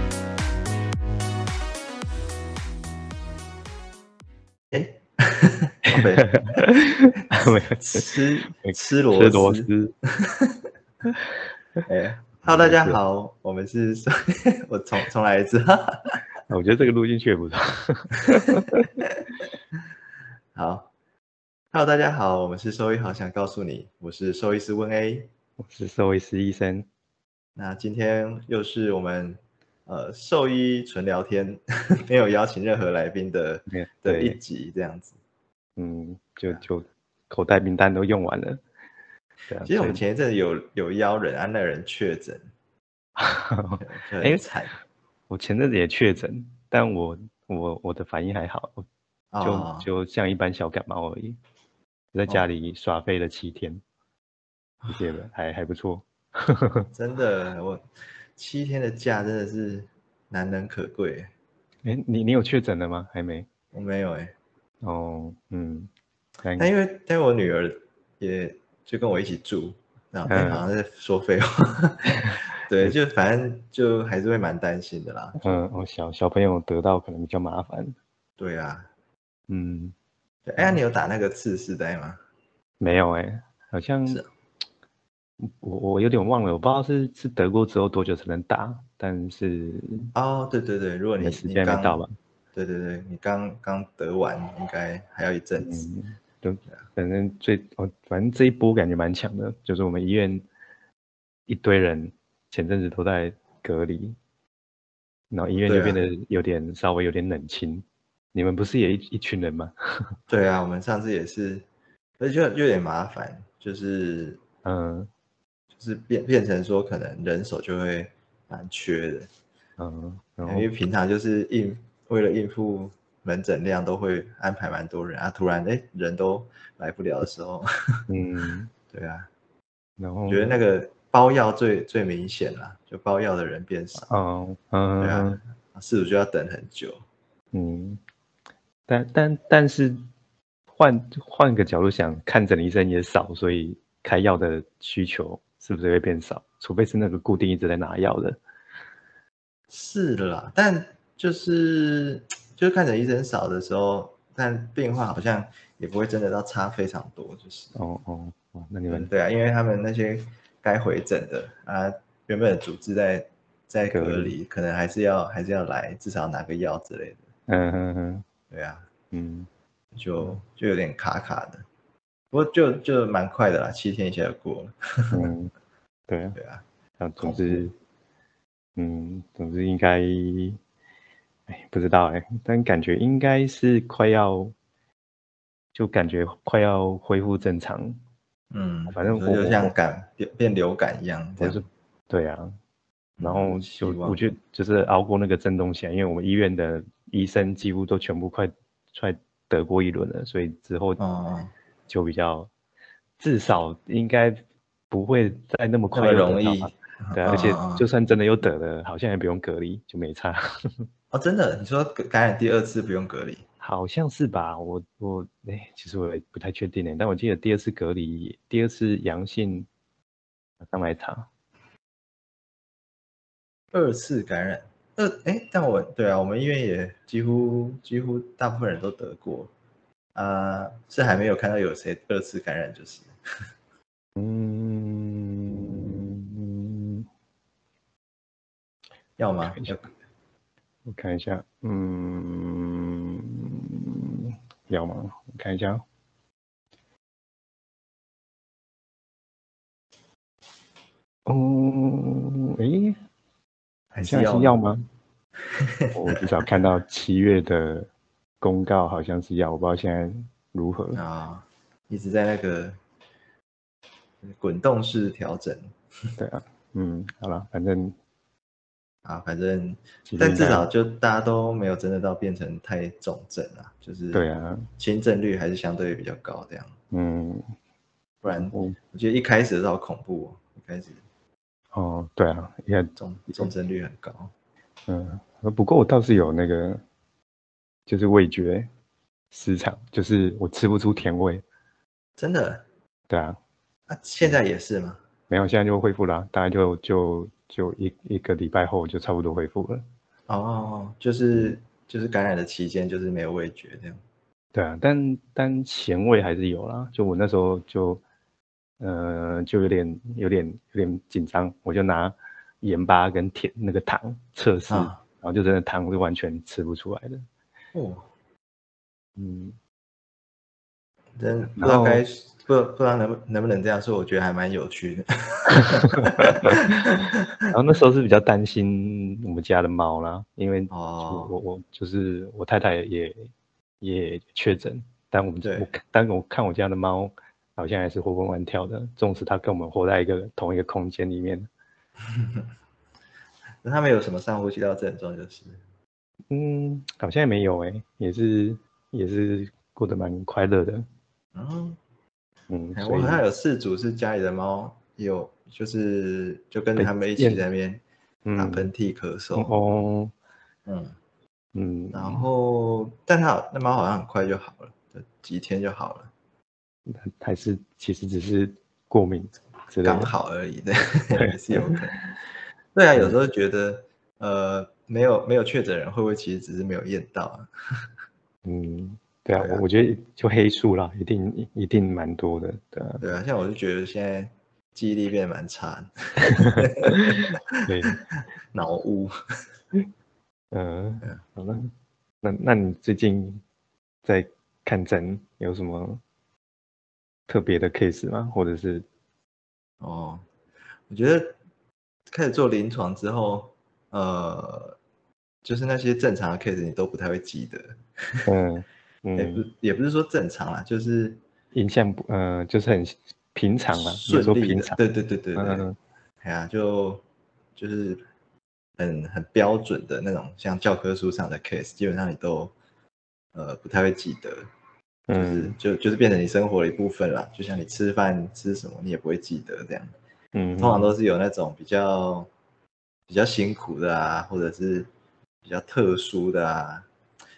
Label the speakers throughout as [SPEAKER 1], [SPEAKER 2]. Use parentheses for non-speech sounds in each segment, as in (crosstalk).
[SPEAKER 1] (laughs) 哦
[SPEAKER 2] 北
[SPEAKER 1] 没有 (laughs)
[SPEAKER 2] 吃吃
[SPEAKER 1] 没吃
[SPEAKER 2] 螺
[SPEAKER 1] 螺
[SPEAKER 2] 丝。
[SPEAKER 1] 丝，
[SPEAKER 2] 哎，Hello，大家
[SPEAKER 1] 没事
[SPEAKER 2] 好，我们是， (laughs) 我重重来一次。
[SPEAKER 1] 我觉得这个录进去也不错。
[SPEAKER 2] 好，Hello，大家好，我们是兽医，好想告诉你，我是兽医师温 A。
[SPEAKER 1] 我是兽医师医生，
[SPEAKER 2] 那今天又是我们呃兽医纯聊天， (laughs) 没有邀请任何来宾的
[SPEAKER 1] 没有
[SPEAKER 2] 的一
[SPEAKER 1] 对，
[SPEAKER 2] 集这样子。
[SPEAKER 1] 嗯，就就口袋名单都用完了。对啊，
[SPEAKER 2] 其实我们
[SPEAKER 1] 所以
[SPEAKER 2] 前一阵子有有邀人啊，那人确诊，就
[SPEAKER 1] 哎
[SPEAKER 2] 很惨
[SPEAKER 1] (laughs) 我前阵子也确诊，但我我我的反应还好，我就、
[SPEAKER 2] 哦
[SPEAKER 1] 就像一般小感冒而已，在
[SPEAKER 2] 哦
[SPEAKER 1] 家里耍废了七天，而且还还不错。
[SPEAKER 2] 真的，我七天的假真的是难能可贵。
[SPEAKER 1] 哎，你你有确诊了吗？还没。
[SPEAKER 2] 我没有哎、
[SPEAKER 1] 哦，嗯，那应
[SPEAKER 2] 但因为但我女儿也就跟我一起住，然后但
[SPEAKER 1] 嗯
[SPEAKER 2] 好像在说废
[SPEAKER 1] (laughs)
[SPEAKER 2] 话，对，就反正就还是会蛮担心的啦。
[SPEAKER 1] 嗯，我小小朋友得到可能比较麻烦。
[SPEAKER 2] 对啊，
[SPEAKER 1] 嗯，
[SPEAKER 2] 对哎、呀，你有打那个次世代吗？
[SPEAKER 1] 没有哎、好像
[SPEAKER 2] 是啊
[SPEAKER 1] 我我有点忘了，我不知道是是得过之后多久才能打，但是
[SPEAKER 2] 哦，对对对，如果
[SPEAKER 1] 可
[SPEAKER 2] 你
[SPEAKER 1] 能时
[SPEAKER 2] 你
[SPEAKER 1] 间还
[SPEAKER 2] 刚
[SPEAKER 1] 没到吧？
[SPEAKER 2] 对对对，你刚刚得完，应该还要一阵子。
[SPEAKER 1] 嗯，都反正最哦，反正这一波感觉蛮强的，就是我们医院一堆人前阵子都在隔离，然后医院
[SPEAKER 2] 对
[SPEAKER 1] 就
[SPEAKER 2] 啊
[SPEAKER 1] 变得有点、稍微有点冷清。你们不是也一一群人吗？
[SPEAKER 2] 对啊，我们上次也是，而且就就有点麻烦，就是
[SPEAKER 1] 嗯
[SPEAKER 2] 就是变变成说，可能人手就会蛮缺的，
[SPEAKER 1] 嗯，然
[SPEAKER 2] 因
[SPEAKER 1] 后
[SPEAKER 2] 为平常就是应为了应付门诊量，都会安排蛮多人啊。突然哎、诶人都来不了的时候， (laughs)
[SPEAKER 1] 嗯，
[SPEAKER 2] 对啊，
[SPEAKER 1] 然后
[SPEAKER 2] 我觉得那个包药最最明显啦，就包药的人变少，
[SPEAKER 1] 嗯
[SPEAKER 2] 对啊
[SPEAKER 1] 嗯，
[SPEAKER 2] 事主就要等很久。
[SPEAKER 1] 嗯，但但但是换换个角度想，看诊的医生也少，所以开药的需求是不是会变少？除非是那个固定一直在拿药的。
[SPEAKER 2] 是啦，但就是就是看着医生少的时候，但病患好像也不会真的到差非常多，就是
[SPEAKER 1] 哦哦，哇那你
[SPEAKER 2] 嗯
[SPEAKER 1] 们
[SPEAKER 2] 对啊，因为他们那些该回诊的啊，原本的主治在在
[SPEAKER 1] 隔
[SPEAKER 2] 隔
[SPEAKER 1] 离
[SPEAKER 2] 离，可能还是要还是要来，至少拿个药之类的，
[SPEAKER 1] 嗯嗯嗯
[SPEAKER 2] 对啊，
[SPEAKER 1] 嗯，
[SPEAKER 2] 就就有点卡卡的，不过就就蛮快的啦，七天一下就过了，
[SPEAKER 1] 嗯，对啊，
[SPEAKER 2] 对啊，
[SPEAKER 1] 那
[SPEAKER 2] 恐
[SPEAKER 1] 总
[SPEAKER 2] 怖
[SPEAKER 1] 之，嗯，总之应该，哎，不知道哎，但感觉应该是快要，就感觉快要恢复正常。
[SPEAKER 2] 嗯，
[SPEAKER 1] 反正
[SPEAKER 2] 你说
[SPEAKER 1] 我
[SPEAKER 2] 就
[SPEAKER 1] 我
[SPEAKER 2] 像感变变流感一样，这
[SPEAKER 1] 我
[SPEAKER 2] 样嗯
[SPEAKER 1] 是，对啊，然后
[SPEAKER 2] 希
[SPEAKER 1] 就我
[SPEAKER 2] 望
[SPEAKER 1] 觉得就是熬过那个震动期啊，因为我们医院的医生几乎都全部快快得过一轮了，所以之后
[SPEAKER 2] 哦，
[SPEAKER 1] 就比较、至少应该不会再那
[SPEAKER 2] 那
[SPEAKER 1] 么快
[SPEAKER 2] 么
[SPEAKER 1] 又得
[SPEAKER 2] 容
[SPEAKER 1] 到
[SPEAKER 2] 易
[SPEAKER 1] 吧。对啊、而且
[SPEAKER 2] 嗯嗯嗯
[SPEAKER 1] 就算真的又得了，好像也不用隔离，就没差， (laughs)
[SPEAKER 2] 哦，真的，你说感感染第二次不用隔离？
[SPEAKER 1] 好像是吧？我我哎、其实我也不太确定哎，但我记得第二次隔离，第二次阳性，马上来查，
[SPEAKER 2] 二次感染，二哎，但我对啊，我们医院也几乎几乎大部分人都得过，啊，是还没有看到有谁二次感染，就是
[SPEAKER 1] 嗯。
[SPEAKER 2] 要吗？
[SPEAKER 1] 一下
[SPEAKER 2] 要
[SPEAKER 1] 我看一下，嗯，要吗？我看一下哦，哦，诶，
[SPEAKER 2] 还
[SPEAKER 1] 现在是要？
[SPEAKER 2] (laughs)
[SPEAKER 1] 吗？我至少看到七月的公告好像是要，我不知道现在如何。
[SPEAKER 2] 啊，一直在那个滚动式调整
[SPEAKER 1] 对啊，嗯，好了，反正
[SPEAKER 2] 啊，反正
[SPEAKER 1] 其实
[SPEAKER 2] 但
[SPEAKER 1] 应
[SPEAKER 2] 至
[SPEAKER 1] 该
[SPEAKER 2] 少就大家都没有真的到变成太重症啊，就是
[SPEAKER 1] 对，啊，
[SPEAKER 2] 轻症率还是相对比较高这样，
[SPEAKER 1] 嗯，
[SPEAKER 2] 不然
[SPEAKER 1] 我
[SPEAKER 2] 我觉得一开始的时候好恐怖哦，一开始
[SPEAKER 1] 哦，对啊，也
[SPEAKER 2] 重重症率很高。
[SPEAKER 1] 嗯，不过我倒是有那个，就是味觉失常，就是我吃不出甜味。
[SPEAKER 2] 真的？
[SPEAKER 1] 对啊，
[SPEAKER 2] 啊，现在也是吗？
[SPEAKER 1] 没有，现在就恢复了啊，大概就就就一一个礼拜后就差不多恢复了。
[SPEAKER 2] 哦，就是就是感染的期间就是没有味觉这样。
[SPEAKER 1] 对啊，但但咸味还是有啦。就我那时候就，呃，就有点有点有点紧张，我就拿盐巴跟甜那个糖测试，
[SPEAKER 2] 啊
[SPEAKER 1] 然后就真的糖是完全吃不出来的。
[SPEAKER 2] 哦，
[SPEAKER 1] 嗯，
[SPEAKER 2] 真不知
[SPEAKER 1] 然
[SPEAKER 2] 道
[SPEAKER 1] 后
[SPEAKER 2] 该不不知道能不能不能这样说，我觉得还蛮有趣的。 (laughs)
[SPEAKER 1] 然后那时候是比较担心我们家的猫啦，因为就
[SPEAKER 2] 哦
[SPEAKER 1] 我我就是我太太也也确诊，但我们
[SPEAKER 2] 对
[SPEAKER 1] 我但我看我家的猫好像还是活蹦乱跳的，纵使它跟我们活在一个同一个空间里面，
[SPEAKER 2] 那他们有什么上呼吸道症状？就是
[SPEAKER 1] 嗯，好像也没有诶、也是也是过得蛮快乐的，
[SPEAKER 2] 嗯，
[SPEAKER 1] 嗯，
[SPEAKER 2] 哎
[SPEAKER 1] 所
[SPEAKER 2] 我
[SPEAKER 1] 以
[SPEAKER 2] 好像有四组是家里的猫有，就是就跟着他们一起
[SPEAKER 1] 被
[SPEAKER 2] 在那边打
[SPEAKER 1] 嗯
[SPEAKER 2] 喷嚏、咳嗽，
[SPEAKER 1] 哦
[SPEAKER 2] 嗯，
[SPEAKER 1] 嗯，
[SPEAKER 2] 然后但它好那猫好像很快就好了，几天就好了，
[SPEAKER 1] 还是其实只是过敏之类
[SPEAKER 2] 刚
[SPEAKER 1] 的，
[SPEAKER 2] 好而已， (laughs) 对，也是有可能。对啊，有时候觉得呃没有没有确诊人会不会其实只是没有验到啊？
[SPEAKER 1] 嗯，对啊
[SPEAKER 2] 对，啊
[SPEAKER 1] 我我觉得就黑数啦，一定一定蛮多的，对啊，
[SPEAKER 2] 对啊，像我就觉得现在记忆力变得蛮差的，
[SPEAKER 1] 对，
[SPEAKER 2] 脑雾。(laughs)
[SPEAKER 1] 嗯
[SPEAKER 2] 对啊，
[SPEAKER 1] 好了，那那你最近在看诊有什么特别的 case 吗？或者是
[SPEAKER 2] 哦，我觉得开始做临床之后，呃，就是那些正常的 case 你都不太会记得，
[SPEAKER 1] 嗯
[SPEAKER 2] (laughs) 也
[SPEAKER 1] 嗯，
[SPEAKER 2] 哎不也不是说正常啦，就是
[SPEAKER 1] 印象不呃就是很平常啦，你
[SPEAKER 2] 顺
[SPEAKER 1] 说
[SPEAKER 2] 利
[SPEAKER 1] 平
[SPEAKER 2] 的，
[SPEAKER 1] 常，
[SPEAKER 2] 对对对对对，
[SPEAKER 1] 嗯
[SPEAKER 2] 哎呀，就就是很很标准的那种，像教科书上的 case，基本上你都呃不太会记得，就是
[SPEAKER 1] 嗯
[SPEAKER 2] 就就是变成你生活的一部分啦，就像你吃饭吃什么你也不会记得这样。
[SPEAKER 1] 嗯，
[SPEAKER 2] 通常都是有那种比较比较辛苦的啊，或者是比较特殊的啊。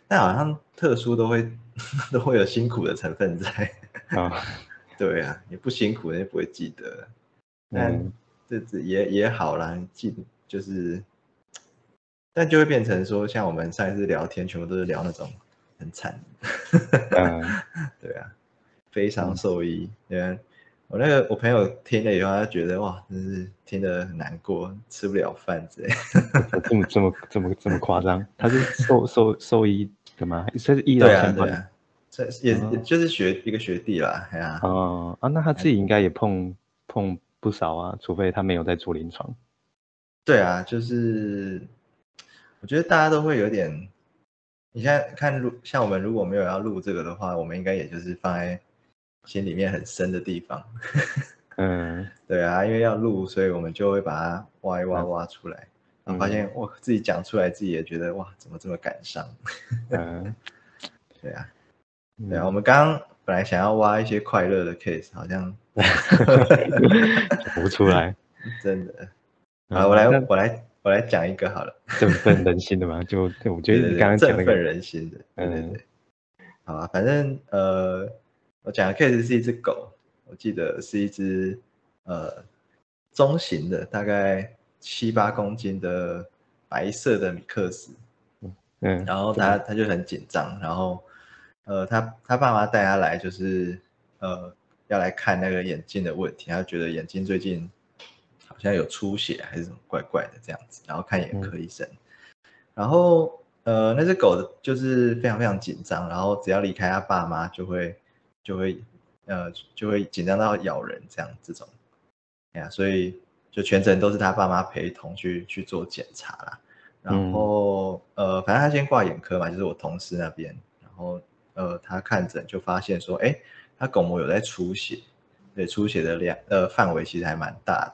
[SPEAKER 2] 但好像特殊都会 (laughs) 都会有辛苦的成分在， (laughs)
[SPEAKER 1] 啊，
[SPEAKER 2] 对啊，你不辛苦你就不会记得。但
[SPEAKER 1] 嗯
[SPEAKER 2] 这只也也好啦，你记就是，但就会变成说，像我们上一次聊天，全部都是聊那种很惨
[SPEAKER 1] 嗯
[SPEAKER 2] 对啊，非常
[SPEAKER 1] 嗯
[SPEAKER 2] 受益。对啊，我那个我朋友听了以后，他觉得哇，真是听得很难过，吃不了饭之类。
[SPEAKER 1] 这么这么这么这么夸张？他是兽兽兽医的吗？他是医疗
[SPEAKER 2] 对啊，
[SPEAKER 1] 相
[SPEAKER 2] 对
[SPEAKER 1] 关
[SPEAKER 2] 啊，这也
[SPEAKER 1] 哦
[SPEAKER 2] 也就是学一个学弟啦，哎呀，
[SPEAKER 1] 哦啊，那他自己应该也碰碰不少啊，除非他没有在做临床。
[SPEAKER 2] 对啊，就是我觉得大家都会有点，你现在看录像我们如果没有要录这个的话，我们应该也就是放在心里面很深的地方。
[SPEAKER 1] 嗯
[SPEAKER 2] 对啊，因为要录，所以我们就会把它挖一挖
[SPEAKER 1] 嗯
[SPEAKER 2] 挖出来。然后发
[SPEAKER 1] 嗯
[SPEAKER 2] 现我自己讲出来，自己也觉得哇，怎么这么感伤？
[SPEAKER 1] 嗯，
[SPEAKER 2] 对啊，
[SPEAKER 1] 嗯
[SPEAKER 2] 对啊，我们刚刚本来想要挖一些快乐的 case，好像
[SPEAKER 1] 讲不出来。
[SPEAKER 2] 真的
[SPEAKER 1] 嗯
[SPEAKER 2] 啊，我来
[SPEAKER 1] 那
[SPEAKER 2] 我来我来讲一个好了，
[SPEAKER 1] 振奋人心的嘛，就我觉
[SPEAKER 2] 对对
[SPEAKER 1] 得你
[SPEAKER 2] 对，
[SPEAKER 1] 刚刚讲那
[SPEAKER 2] 振奋
[SPEAKER 1] 个，
[SPEAKER 2] 人心的，对对
[SPEAKER 1] 嗯
[SPEAKER 2] 对，好啊，反正呃，我讲的 case 是一只狗，我记得是一只呃中型的，大概七八公斤的白色的米克斯，
[SPEAKER 1] 嗯
[SPEAKER 2] 然后他他就很紧张，然后呃，他他爸妈带他来就是呃要来看那个眼睛的问题，他觉得眼睛最近好像有出血还是什么怪怪的这样子，然后看眼科医生，然后呃那只狗的就是非常非常紧张，然后只要离开他爸妈就会就会呃就会紧张到咬人这样这种，哎呀，所以就全程都是他爸妈陪同去去做检查啦。然
[SPEAKER 1] 嗯
[SPEAKER 2] 后、呃，反正他先挂眼科嘛，就是我同事那边，然后呃，他看诊就发现说，哎，他巩膜有在出血，对，出血的量呃范围其实还蛮大的，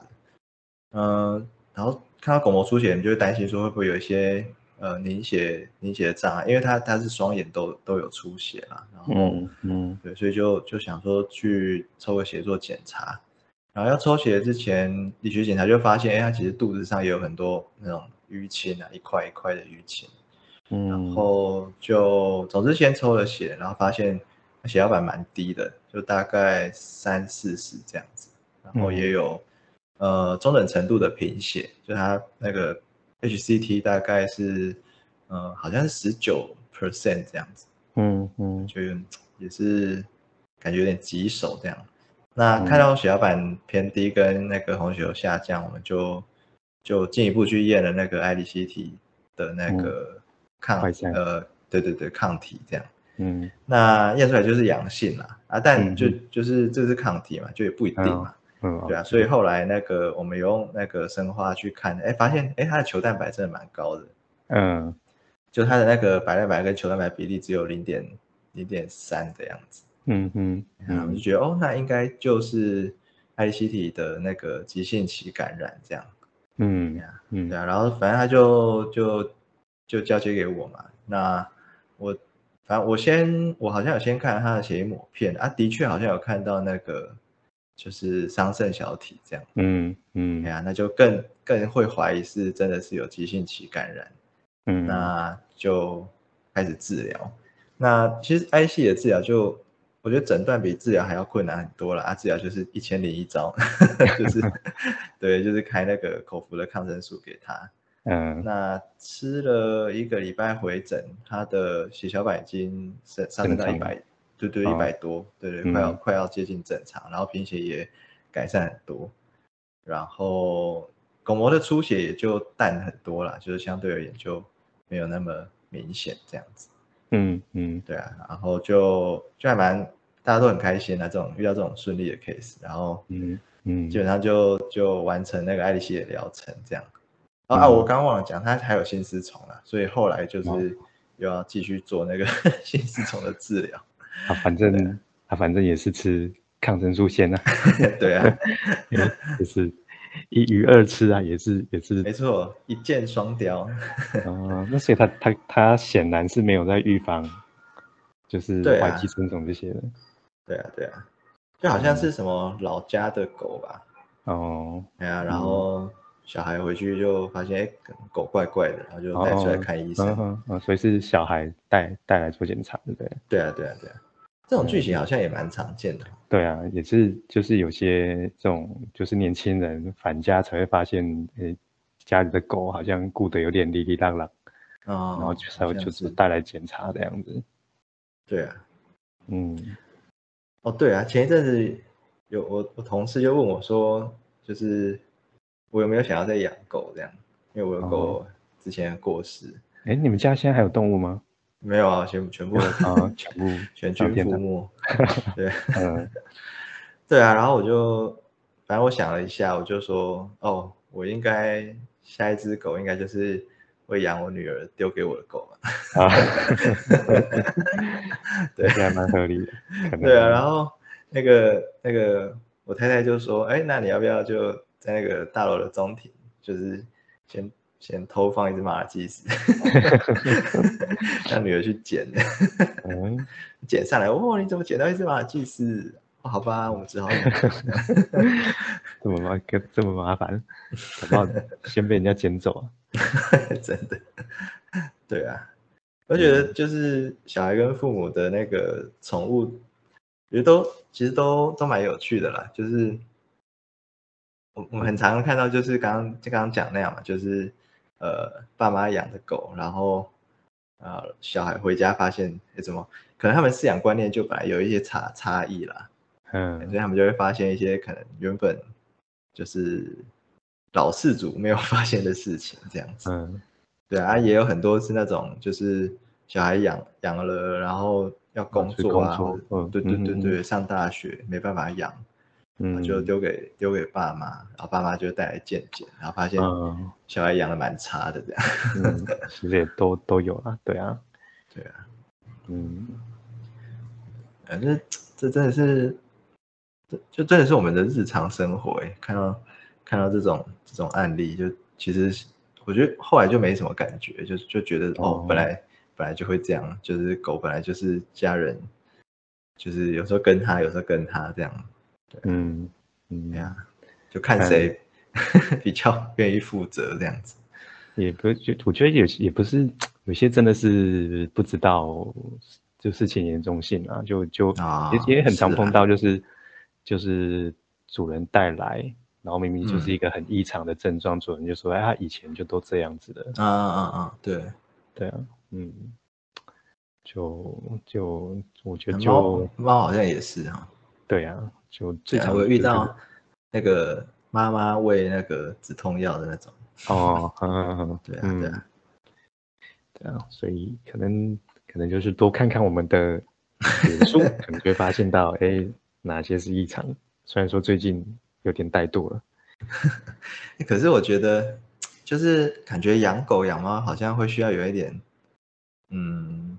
[SPEAKER 2] 嗯、然后看到巩膜出血，你就会担心说会不会有一些呃凝血凝血的障碍，因为他他是双眼都都有出血啦，然后、
[SPEAKER 1] 嗯嗯
[SPEAKER 2] 对，所以就就想说去抽个血做检查，然后要抽血之前，理学检查就发现，哎，他其实肚子上也有很多那种淤青啊，一块一块的淤青。
[SPEAKER 1] 嗯，
[SPEAKER 2] 然后就总之先抽了血，然后发现血小板蛮低的，就大概三四十这样子，然后也有、呃中等程度的贫血，就它那个 HCT 大概是呃好像是十九 percent 这样子，
[SPEAKER 1] 嗯嗯，
[SPEAKER 2] 就也是感觉有点棘手这样。那
[SPEAKER 1] 嗯
[SPEAKER 2] 看到血小板偏低跟那个红血球下降，我们就就进一步去验了那个艾利希体的
[SPEAKER 1] 嗯
[SPEAKER 2] 那个抗、
[SPEAKER 1] 快筛
[SPEAKER 2] 呃，对对对，抗体这样。
[SPEAKER 1] 嗯
[SPEAKER 2] 那验出来就是阳性啦，啊，但
[SPEAKER 1] 嗯
[SPEAKER 2] 就、就是这是抗体嘛，就也不一定嘛，
[SPEAKER 1] 嗯，
[SPEAKER 2] 对啊，所以后来那个我们有用那个生化去看，哎，发现哎它的球蛋白真的蛮高的，
[SPEAKER 1] 嗯
[SPEAKER 2] 就它的那个白蛋白跟球蛋白比例只有零点零点三的样子，
[SPEAKER 1] 嗯嗯
[SPEAKER 2] 然后我就
[SPEAKER 1] 嗯
[SPEAKER 2] 觉得哦，那应该就是艾希体的那个急性期感染这样，
[SPEAKER 1] 嗯嗯
[SPEAKER 2] 对啊，然后反正他就就就交接给我嘛。那我反正我先我好像有先看他的血液抹片啊，的确好像有看到那个就是桑葚小体这样。
[SPEAKER 1] 嗯嗯
[SPEAKER 2] 哎呀、那就更更会怀疑是真的是有急性期感染，
[SPEAKER 1] 嗯，
[SPEAKER 2] 那就开始治疗。那其实 I C 的治疗就。我觉得诊断比治疗还要困难很多了啊！治疗就是一千零一招， (laughs) 就是对，就是开那个口服的抗生素给他。
[SPEAKER 1] 嗯
[SPEAKER 2] 那吃了一个礼拜回诊，他的血小板已经上上升
[SPEAKER 1] 正
[SPEAKER 2] 到一
[SPEAKER 1] 常
[SPEAKER 2] 百，对对，一
[SPEAKER 1] 哦
[SPEAKER 2] 百多，对对，快要、
[SPEAKER 1] 嗯
[SPEAKER 2] 快要接近正常，然后贫血也改善很多，然后巩膜的出血也就淡很多啦，就是相对而言就没有那么明显这样子，
[SPEAKER 1] 嗯嗯
[SPEAKER 2] 对啊，然后就就还蛮大家都很开心啊，这种遇到这种顺利的 case，然后
[SPEAKER 1] 嗯嗯，
[SPEAKER 2] 基本上就就完成那个艾利希的疗程这样。啊啊，
[SPEAKER 1] 嗯
[SPEAKER 2] 我刚忘了讲，他还有心丝虫啦，所以后来就
[SPEAKER 1] 哦
[SPEAKER 2] 是又要继续做那个 (laughs) 心丝虫的治疗。 (laughs)
[SPEAKER 1] 啊，反正啊，反正也是吃抗生素先啊，
[SPEAKER 2] 对啊，
[SPEAKER 1] 也是一鱼二吃啊，也是也是
[SPEAKER 2] 没错，一箭双雕。
[SPEAKER 1] 啊，那所以他他他显然是没有在预防，就是
[SPEAKER 2] 对啊
[SPEAKER 1] 怀寄生虫这些的
[SPEAKER 2] 对啊，对啊，就好像是什么老家的狗吧，
[SPEAKER 1] 哦，
[SPEAKER 2] 哎呀、然
[SPEAKER 1] 嗯
[SPEAKER 2] 后小孩回去就发现哎、狗怪怪的，然后就
[SPEAKER 1] 哦
[SPEAKER 2] 带出来看医生。
[SPEAKER 1] 嗯嗯嗯，所以是小孩带带来做检查，对不对？
[SPEAKER 2] 对啊，对啊，对啊，这种剧
[SPEAKER 1] 嗯
[SPEAKER 2] 情好像也蛮常见的。
[SPEAKER 1] 对啊，也是就是有些这种就是年轻人返家才会发现，诶，家里的狗好像顾得有点哩哩浪浪，
[SPEAKER 2] 哦，
[SPEAKER 1] 然后就才
[SPEAKER 2] 好
[SPEAKER 1] 会
[SPEAKER 2] 像
[SPEAKER 1] 就是
[SPEAKER 2] 是
[SPEAKER 1] 带来检查这样子，
[SPEAKER 2] 对啊，
[SPEAKER 1] 嗯
[SPEAKER 2] 哦，对啊，前一阵子有我我同事就问我说，就是我有没有想要再养狗这样，因为
[SPEAKER 1] 哦
[SPEAKER 2] 我有狗之前过世，
[SPEAKER 1] 哎，你们家现在还有动物吗？
[SPEAKER 2] 没有啊，全全部
[SPEAKER 1] (laughs) 啊，全部
[SPEAKER 2] (laughs) 全
[SPEAKER 1] 上
[SPEAKER 2] 军
[SPEAKER 1] 天
[SPEAKER 2] 覆
[SPEAKER 1] 堂
[SPEAKER 2] 没。
[SPEAKER 1] (laughs)
[SPEAKER 2] 对
[SPEAKER 1] 嗯
[SPEAKER 2] (laughs) 对啊，然后我就反正我想了一下，我就说，哦，我应该下一只狗应该就是会养我女儿丢给我的狗吧。
[SPEAKER 1] (laughs) 啊，
[SPEAKER 2] 对
[SPEAKER 1] 这还蛮合理的，可能
[SPEAKER 2] 对啊，然后那个那个我太太就说，哎，那你要不要就在那个大楼的中庭，就是先先偷放一只马尔济斯， (laughs) 让女儿去捡，
[SPEAKER 1] 嗯，
[SPEAKER 2] 捡上来，哦，你怎么捡到一只马尔济斯？哦好吧，我们只好养。
[SPEAKER 1] 这么麻这这么
[SPEAKER 2] (laughs)
[SPEAKER 1] 麻烦，搞不好先被人家捡走啊，
[SPEAKER 2] (laughs) 真的，对啊，我觉得就是小孩跟父母的那个宠物，觉得都其实都都蛮有趣的啦。就是我我们很常看到，就是刚刚就刚刚讲那样嘛，就是呃爸妈养的狗，然后呃小孩回家发现，诶怎么可能他们饲养观念就本来有一些差差异啦，所
[SPEAKER 1] 嗯
[SPEAKER 2] 以他们就会发现一些可能原本就是老事主没有发现的事情，这样子。
[SPEAKER 1] 嗯
[SPEAKER 2] 对啊，也有很多是那种就是小孩养养了，然后要工
[SPEAKER 1] 去
[SPEAKER 2] 作啊，
[SPEAKER 1] 工作
[SPEAKER 2] 或者对对
[SPEAKER 1] 嗯
[SPEAKER 2] 对
[SPEAKER 1] 嗯嗯
[SPEAKER 2] 对，上大学没办法养，然后
[SPEAKER 1] 嗯，
[SPEAKER 2] 就丢给丢给爸妈，然后爸妈就带来见解，然后发现
[SPEAKER 1] 嗯
[SPEAKER 2] 小孩养的蛮差的这样。
[SPEAKER 1] 嗯，其实也都都有啊，对啊，
[SPEAKER 2] 对啊，
[SPEAKER 1] 嗯
[SPEAKER 2] 反正这真的是，这就真的是我们的日常生活诶，看到看到这种这种案例，就其实我觉得后来就没什么感觉，就就觉得哦
[SPEAKER 1] 哦，
[SPEAKER 2] 本来本来就会这样，就是狗本来就是家人，就是有时候跟它，有时候跟它这样，
[SPEAKER 1] 嗯
[SPEAKER 2] 啊
[SPEAKER 1] 嗯
[SPEAKER 2] 对啊呀、就看
[SPEAKER 1] 看
[SPEAKER 2] 谁 (laughs) 比较愿意负责这样子。
[SPEAKER 1] 也不就我觉得有也不是有些真的是不知道就事情严重性啊，就就
[SPEAKER 2] 啊
[SPEAKER 1] 也也很常
[SPEAKER 2] 是啊
[SPEAKER 1] 碰到，就是、就是主人带来，然后明明
[SPEAKER 2] 嗯
[SPEAKER 1] 就是一个很异常的症状，主人就说哎他以前就都这样子的，
[SPEAKER 2] 啊啊啊！对，
[SPEAKER 1] 对啊，嗯，就就我觉得
[SPEAKER 2] 猫
[SPEAKER 1] 就
[SPEAKER 2] 猫好像也是哦哈、
[SPEAKER 1] 对啊，就最
[SPEAKER 2] 对啊，
[SPEAKER 1] 常
[SPEAKER 2] 我有遇
[SPEAKER 1] 就这
[SPEAKER 2] 到
[SPEAKER 1] 个
[SPEAKER 2] 那个妈妈喂那个止痛药的那种，
[SPEAKER 1] 哦，嗯
[SPEAKER 2] 对啊，对
[SPEAKER 1] 嗯，
[SPEAKER 2] 啊，
[SPEAKER 1] 对啊，所以可能可能就是多看看我们的脸
[SPEAKER 2] (laughs)
[SPEAKER 1] 书，可能就会发现到，哎，哪些是异常。虽然说最近有点怠惰了，
[SPEAKER 2] 欸可是我觉得，就是感觉养狗养猫好像会需要有一点，嗯，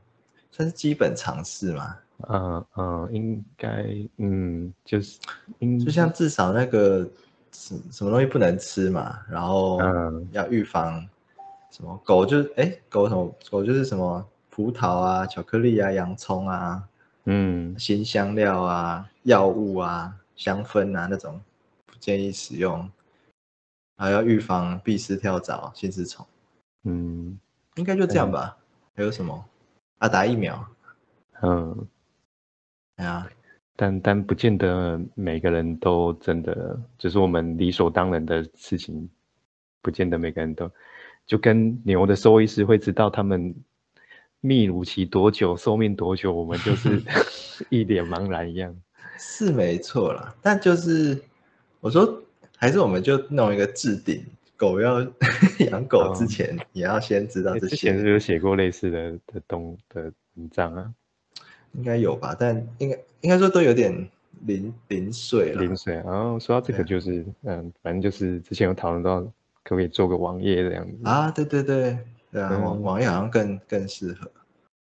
[SPEAKER 2] 算是基本常识嘛。
[SPEAKER 1] 呃呃，应该嗯，就是
[SPEAKER 2] 就
[SPEAKER 1] 应
[SPEAKER 2] 像至少那个什什么东西不能吃嘛，然后
[SPEAKER 1] 嗯
[SPEAKER 2] 要预防什么狗就是哎、狗什么狗就是什么葡萄啊、巧克力啊、洋葱啊、
[SPEAKER 1] 嗯
[SPEAKER 2] 新香料啊、药物啊、香氛啊那种不建议使用，还要预防壁虱、跳蚤、心丝虫，
[SPEAKER 1] 嗯
[SPEAKER 2] 应该就这样吧。还有什么啊？打疫苗，
[SPEAKER 1] 嗯，
[SPEAKER 2] 哎呀，
[SPEAKER 1] 但但不见得每个人都真的，就是我们理所当然的事情，不见得每个人都，就跟牛的兽医师会知道他们泌乳期多久、寿命多久，我们就是 (laughs) 一脸茫然一样。
[SPEAKER 2] 是没错啦，但就是我说，还是我们就弄一个置顶，狗要 (laughs) 养狗之
[SPEAKER 1] 哦
[SPEAKER 2] 前，也要先知道
[SPEAKER 1] 诶
[SPEAKER 2] 这
[SPEAKER 1] 之前是
[SPEAKER 2] 些，
[SPEAKER 1] 不是有写过类似的的动的文章啊？
[SPEAKER 2] 应该有吧？但应该应该说都有点零零碎了
[SPEAKER 1] 零。水，然后说到这
[SPEAKER 2] 啊对
[SPEAKER 1] 个
[SPEAKER 2] 啊
[SPEAKER 1] 就是，嗯，反正就是之前有讨论到可不可以做个网页这样子。
[SPEAKER 2] 啊，对对对，对啊，网
[SPEAKER 1] 嗯
[SPEAKER 2] 网页好像更更适合。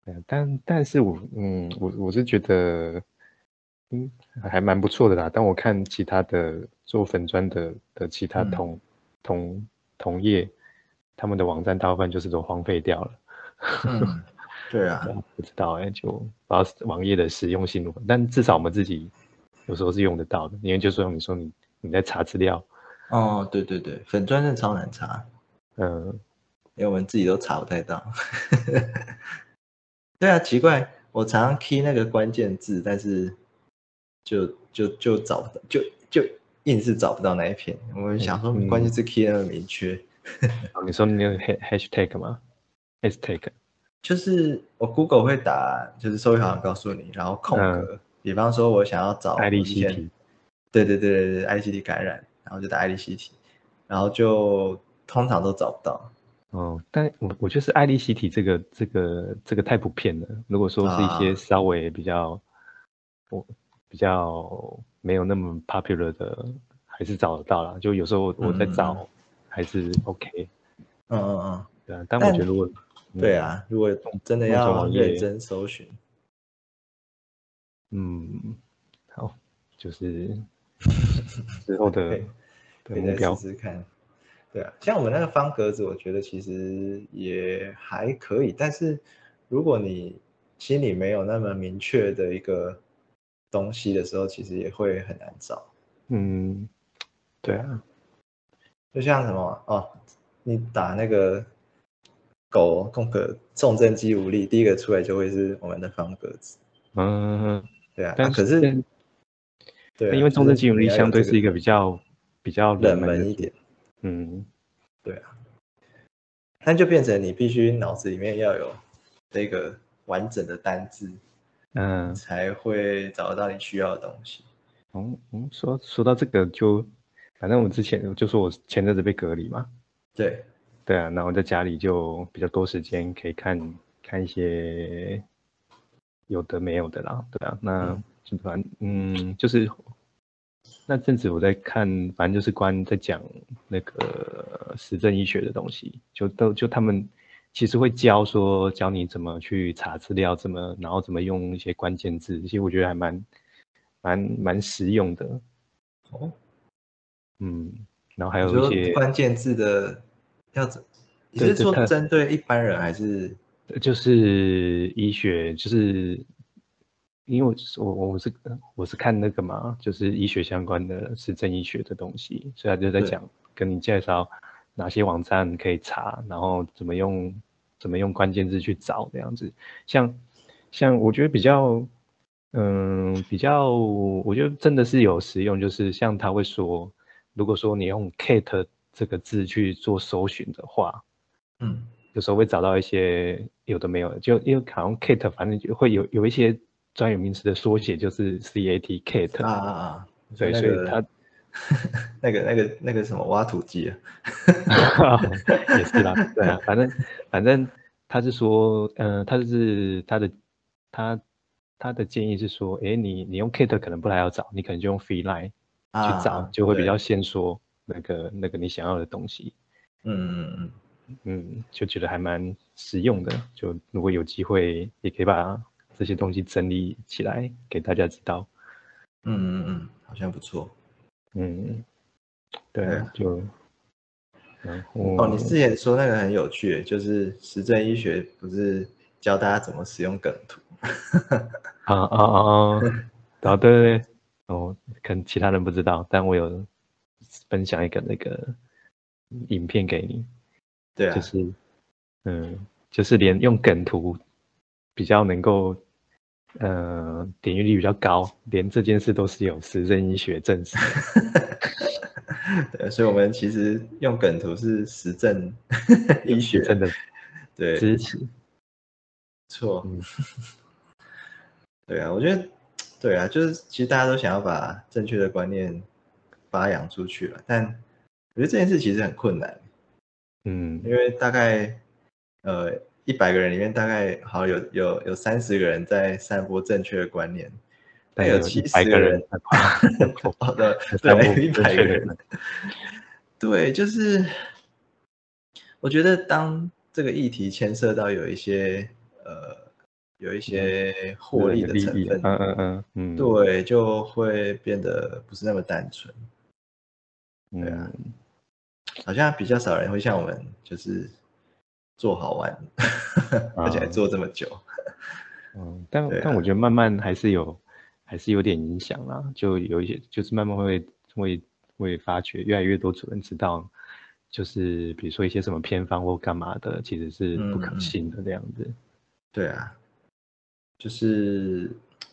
[SPEAKER 1] 对哎但但是我嗯，我我是觉得，嗯，还蛮不错的啦。但我看其他的做粉砖的的其他
[SPEAKER 2] 嗯
[SPEAKER 1] 同、同同业，他们的网站大部分就是都荒废掉了。 (laughs)
[SPEAKER 2] 嗯，对啊，
[SPEAKER 1] 不知道哎、就不知道网页的实用性如何，但至少我们自己有时候是用得到的。因为就说你说你你在查资料，
[SPEAKER 2] 哦，对对对，粉砖是超难查，
[SPEAKER 1] 嗯、
[SPEAKER 2] 因为我们自己都查不太到。 (laughs) 对啊，奇怪，我常常 key 那个关键字，但是就就就找不到，就就硬是找不到那一篇。我们想说
[SPEAKER 1] 嗯
[SPEAKER 2] 关键字 key 那么明确，
[SPEAKER 1] 哦你说你有 hash hashtag 吗？hashtag，
[SPEAKER 2] 就是我 Google 会打，就是搜索好像告诉你，然后空格，比方说我想要找
[SPEAKER 1] 嗯爱丽
[SPEAKER 2] 哦我之
[SPEAKER 1] 西
[SPEAKER 2] 前
[SPEAKER 1] 提，
[SPEAKER 2] 对对对对对，爱丽西体感染，然后就打爱丽西体，然后就通常都找不到。
[SPEAKER 1] 哦，但我我觉得是爱丽西体这个这个这个太普遍了。如果说是一些
[SPEAKER 2] 啊
[SPEAKER 1] 稍微比较，我比较没有那么 popular 的，还是找得到啦。就有时候我我在
[SPEAKER 2] 嗯嗯嗯
[SPEAKER 1] 找，还是 OK，
[SPEAKER 2] 嗯嗯嗯，
[SPEAKER 1] 对啊。但我
[SPEAKER 2] 但
[SPEAKER 1] 觉得如果
[SPEAKER 2] 对，啊，如果真的
[SPEAKER 1] 弄成
[SPEAKER 2] 要
[SPEAKER 1] 网
[SPEAKER 2] 认
[SPEAKER 1] 页
[SPEAKER 2] 真搜寻，
[SPEAKER 1] 嗯，嗯好，就是
[SPEAKER 2] (laughs)
[SPEAKER 1] 之后的
[SPEAKER 2] 可以
[SPEAKER 1] 的
[SPEAKER 2] 可以
[SPEAKER 1] 哦目
[SPEAKER 2] 再
[SPEAKER 1] 标，
[SPEAKER 2] 试试看。对啊，像我们那个方格子，我觉得其实也还可以，但是如果你心里没有那么明确的一个东西的时候，其实也会很难找。
[SPEAKER 1] 嗯，对啊，
[SPEAKER 2] 就像什么哦，你打那个狗空格重症肌无力，第一个出来就会是我们的方格子。
[SPEAKER 1] 嗯，
[SPEAKER 2] 对啊，啊
[SPEAKER 1] 但
[SPEAKER 2] 可是
[SPEAKER 1] 但
[SPEAKER 2] 对啊、
[SPEAKER 1] 因为重症肌无力相对是一
[SPEAKER 2] 个
[SPEAKER 1] 个比较比较
[SPEAKER 2] 冷
[SPEAKER 1] 门
[SPEAKER 2] 门
[SPEAKER 1] 的
[SPEAKER 2] 一
[SPEAKER 1] 组
[SPEAKER 2] 点，
[SPEAKER 1] 嗯。
[SPEAKER 2] 对啊，那就变成你必须脑子里面要有这个完整的单字，
[SPEAKER 1] 嗯，
[SPEAKER 2] 才会找得到你需要的东西。
[SPEAKER 1] 嗯嗯，说说到这个就，反正我之前就说我前阵子被隔离嘛，
[SPEAKER 2] 对，
[SPEAKER 1] 对啊，然后在家里就比较多时间可以看看一些有的没有的啦，对啊，那
[SPEAKER 2] 嗯
[SPEAKER 1] 就反嗯就是那阵子我在看，反正就是关于在讲那个实证医学的东西，就都就他们其实会教说教你怎么去查资料，怎么然后怎么用一些关键字，其实我觉得还蛮蛮蛮实用的，
[SPEAKER 2] 哦，
[SPEAKER 1] 嗯，然后还
[SPEAKER 2] 你
[SPEAKER 1] 有一
[SPEAKER 2] 说
[SPEAKER 1] 些
[SPEAKER 2] 关键字的要怎？你
[SPEAKER 1] 对
[SPEAKER 2] 是
[SPEAKER 1] 这
[SPEAKER 2] 说
[SPEAKER 1] 它
[SPEAKER 2] 针对一般人还是？
[SPEAKER 1] 就是医学，就是因为我是我我是我是看那个嘛，就是医学相关的实证医学的东西，所以他就在
[SPEAKER 2] 对
[SPEAKER 1] 讲跟你介绍哪些网站可以查，然后怎么用怎么用关键字去找这样子。像像我觉得比较嗯比较，我觉得真的是有实用，就是像他会说，如果说你用 cat 这个字去做搜寻的话， (laughs)
[SPEAKER 2] 嗯，
[SPEAKER 1] 有时候会找到一些有的没有的，就因为好像 CAT 反正就会有有一些专有名词的缩写，就是 CAT CAT，、
[SPEAKER 2] 啊啊啊！
[SPEAKER 1] 对，
[SPEAKER 2] 那
[SPEAKER 1] 所以
[SPEAKER 2] 个
[SPEAKER 1] 它
[SPEAKER 2] (laughs) 那个那个那个什么挖土机啊，
[SPEAKER 1] (laughs) 也是
[SPEAKER 2] (laughs)
[SPEAKER 1] 啦，对啊，反正反正他是说，嗯、他就是他的他他的建议是说，诶，你你用 Kit 可能不太要找，你可能就用 Feeline
[SPEAKER 2] 啊
[SPEAKER 1] 去找，就会比
[SPEAKER 2] 对
[SPEAKER 1] 较先说那个那个你想要的东西，
[SPEAKER 2] 嗯嗯嗯，
[SPEAKER 1] 嗯，就觉得还蛮实用的。就如果有机会，也可以把这些东西整理起来给大家知道。
[SPEAKER 2] 嗯嗯嗯，好像不错。
[SPEAKER 1] 嗯，对
[SPEAKER 2] 对
[SPEAKER 1] 啊
[SPEAKER 2] 啊，
[SPEAKER 1] 就嗯然后
[SPEAKER 2] 哦，你之前说那个很有趣，就是实证医学不是教大家怎么使用梗图？
[SPEAKER 1] 啊啊啊！啊！然后对对对，哦，可能其他人不知道，但我有分享一个那个影片给你，
[SPEAKER 2] 对啊，
[SPEAKER 1] 就是嗯，就是连用梗图比较能够呃点阅率比较高，连这件事都是有实证医学证实的。
[SPEAKER 2] 对，所以我们其实用梗图是实证 (laughs) 医学，
[SPEAKER 1] 真的
[SPEAKER 2] 对，
[SPEAKER 1] 支持，
[SPEAKER 2] 错，
[SPEAKER 1] 嗯
[SPEAKER 2] 对啊，我觉得，对啊，就是其实大家都想要把正确的观念发扬出去了，但我觉得这件事其实很困难，
[SPEAKER 1] 嗯
[SPEAKER 2] 因为大概呃一百个人里面，大概好有有有三十个人在散播正确的观念，但
[SPEAKER 1] 但有
[SPEAKER 2] 七十
[SPEAKER 1] 100个人在 (laughs)
[SPEAKER 2] 人 (laughs) 好的，
[SPEAKER 1] 散
[SPEAKER 2] 对，
[SPEAKER 1] 布
[SPEAKER 2] 一
[SPEAKER 1] 正
[SPEAKER 2] 百个
[SPEAKER 1] 确的
[SPEAKER 2] 人
[SPEAKER 1] 观，
[SPEAKER 2] 对，就是我觉得当这个议题牵涉到有一些呃有一些获利
[SPEAKER 1] 人
[SPEAKER 2] 的
[SPEAKER 1] 利
[SPEAKER 2] 成
[SPEAKER 1] 益
[SPEAKER 2] 分，
[SPEAKER 1] 嗯嗯嗯嗯，
[SPEAKER 2] 对，啊就会变得不是那么单纯，对啊
[SPEAKER 1] 嗯
[SPEAKER 2] 好像比较少人会像我们就是做好玩， (laughs) 而且还
[SPEAKER 1] 啊
[SPEAKER 2] 做这么久，
[SPEAKER 1] 嗯，但
[SPEAKER 2] 对啊
[SPEAKER 1] 但我觉得慢慢还是有，还是有点影响啦，就有一些就是慢慢会会会发觉越来越多主人知道，就是比如说一些什么偏方或干嘛的，其实是
[SPEAKER 2] 嗯
[SPEAKER 1] 不可
[SPEAKER 2] 嗯
[SPEAKER 1] 信的这样子。
[SPEAKER 2] 对啊，就是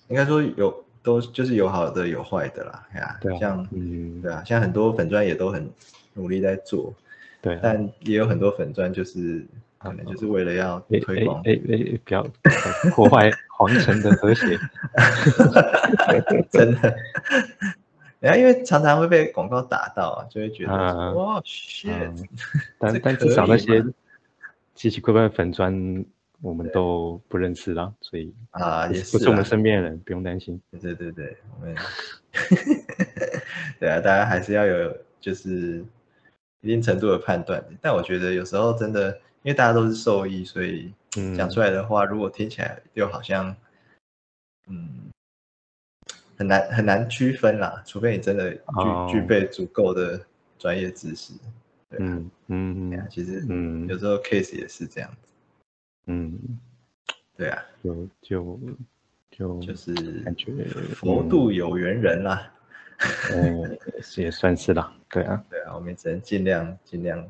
[SPEAKER 2] 应该说有都就是有好的有坏的啦，哎呀、
[SPEAKER 1] 对啊
[SPEAKER 2] 像
[SPEAKER 1] 嗯，
[SPEAKER 2] 对啊，像很多粉砖也都很努力在做，
[SPEAKER 1] 对啊。
[SPEAKER 2] 但也有很多粉砖就是可能就是为了要
[SPEAKER 1] 哎
[SPEAKER 2] 推
[SPEAKER 1] 哎
[SPEAKER 2] 广，
[SPEAKER 1] 哎哎！不要破坏
[SPEAKER 2] (laughs)
[SPEAKER 1] 皇城的和谐。
[SPEAKER 2] 真的。 (laughs) 然后因为常常会被广告打到啊，就会觉得
[SPEAKER 1] 啊
[SPEAKER 2] 说哇 shit，
[SPEAKER 1] 嗯但
[SPEAKER 2] 这
[SPEAKER 1] 但
[SPEAKER 2] 可
[SPEAKER 1] 至少那
[SPEAKER 2] 以
[SPEAKER 1] 些
[SPEAKER 2] 吗
[SPEAKER 1] 奇奇怪怪的粉砖，我们都不认识啦，所以
[SPEAKER 2] 啊
[SPEAKER 1] 不
[SPEAKER 2] 也
[SPEAKER 1] 不
[SPEAKER 2] 是
[SPEAKER 1] 是我
[SPEAKER 2] 啊
[SPEAKER 1] 们，身边的人，不用担心。
[SPEAKER 2] 对对对对，我们 (laughs) 对啊，大家还是要有就是一定程度的判断。但我觉得有时候真的，因为大家都是受益，所以
[SPEAKER 1] 嗯
[SPEAKER 2] 讲出来的话，如果听起来又好像嗯很难很难区分啦，除非你真的具、
[SPEAKER 1] 哦
[SPEAKER 2] 具备足够的专业知识。对啊
[SPEAKER 1] 嗯嗯
[SPEAKER 2] 对啊
[SPEAKER 1] 嗯
[SPEAKER 2] 其实
[SPEAKER 1] 嗯
[SPEAKER 2] 有时候 case 也是这样子。
[SPEAKER 1] 嗯，
[SPEAKER 2] 对啊，
[SPEAKER 1] 就就就
[SPEAKER 2] 就是
[SPEAKER 1] 嗯感觉呃
[SPEAKER 2] 佛度有缘人啦。
[SPEAKER 1] 嗯，也算是啦，对啊，
[SPEAKER 2] 对啊，我们只能尽量尽量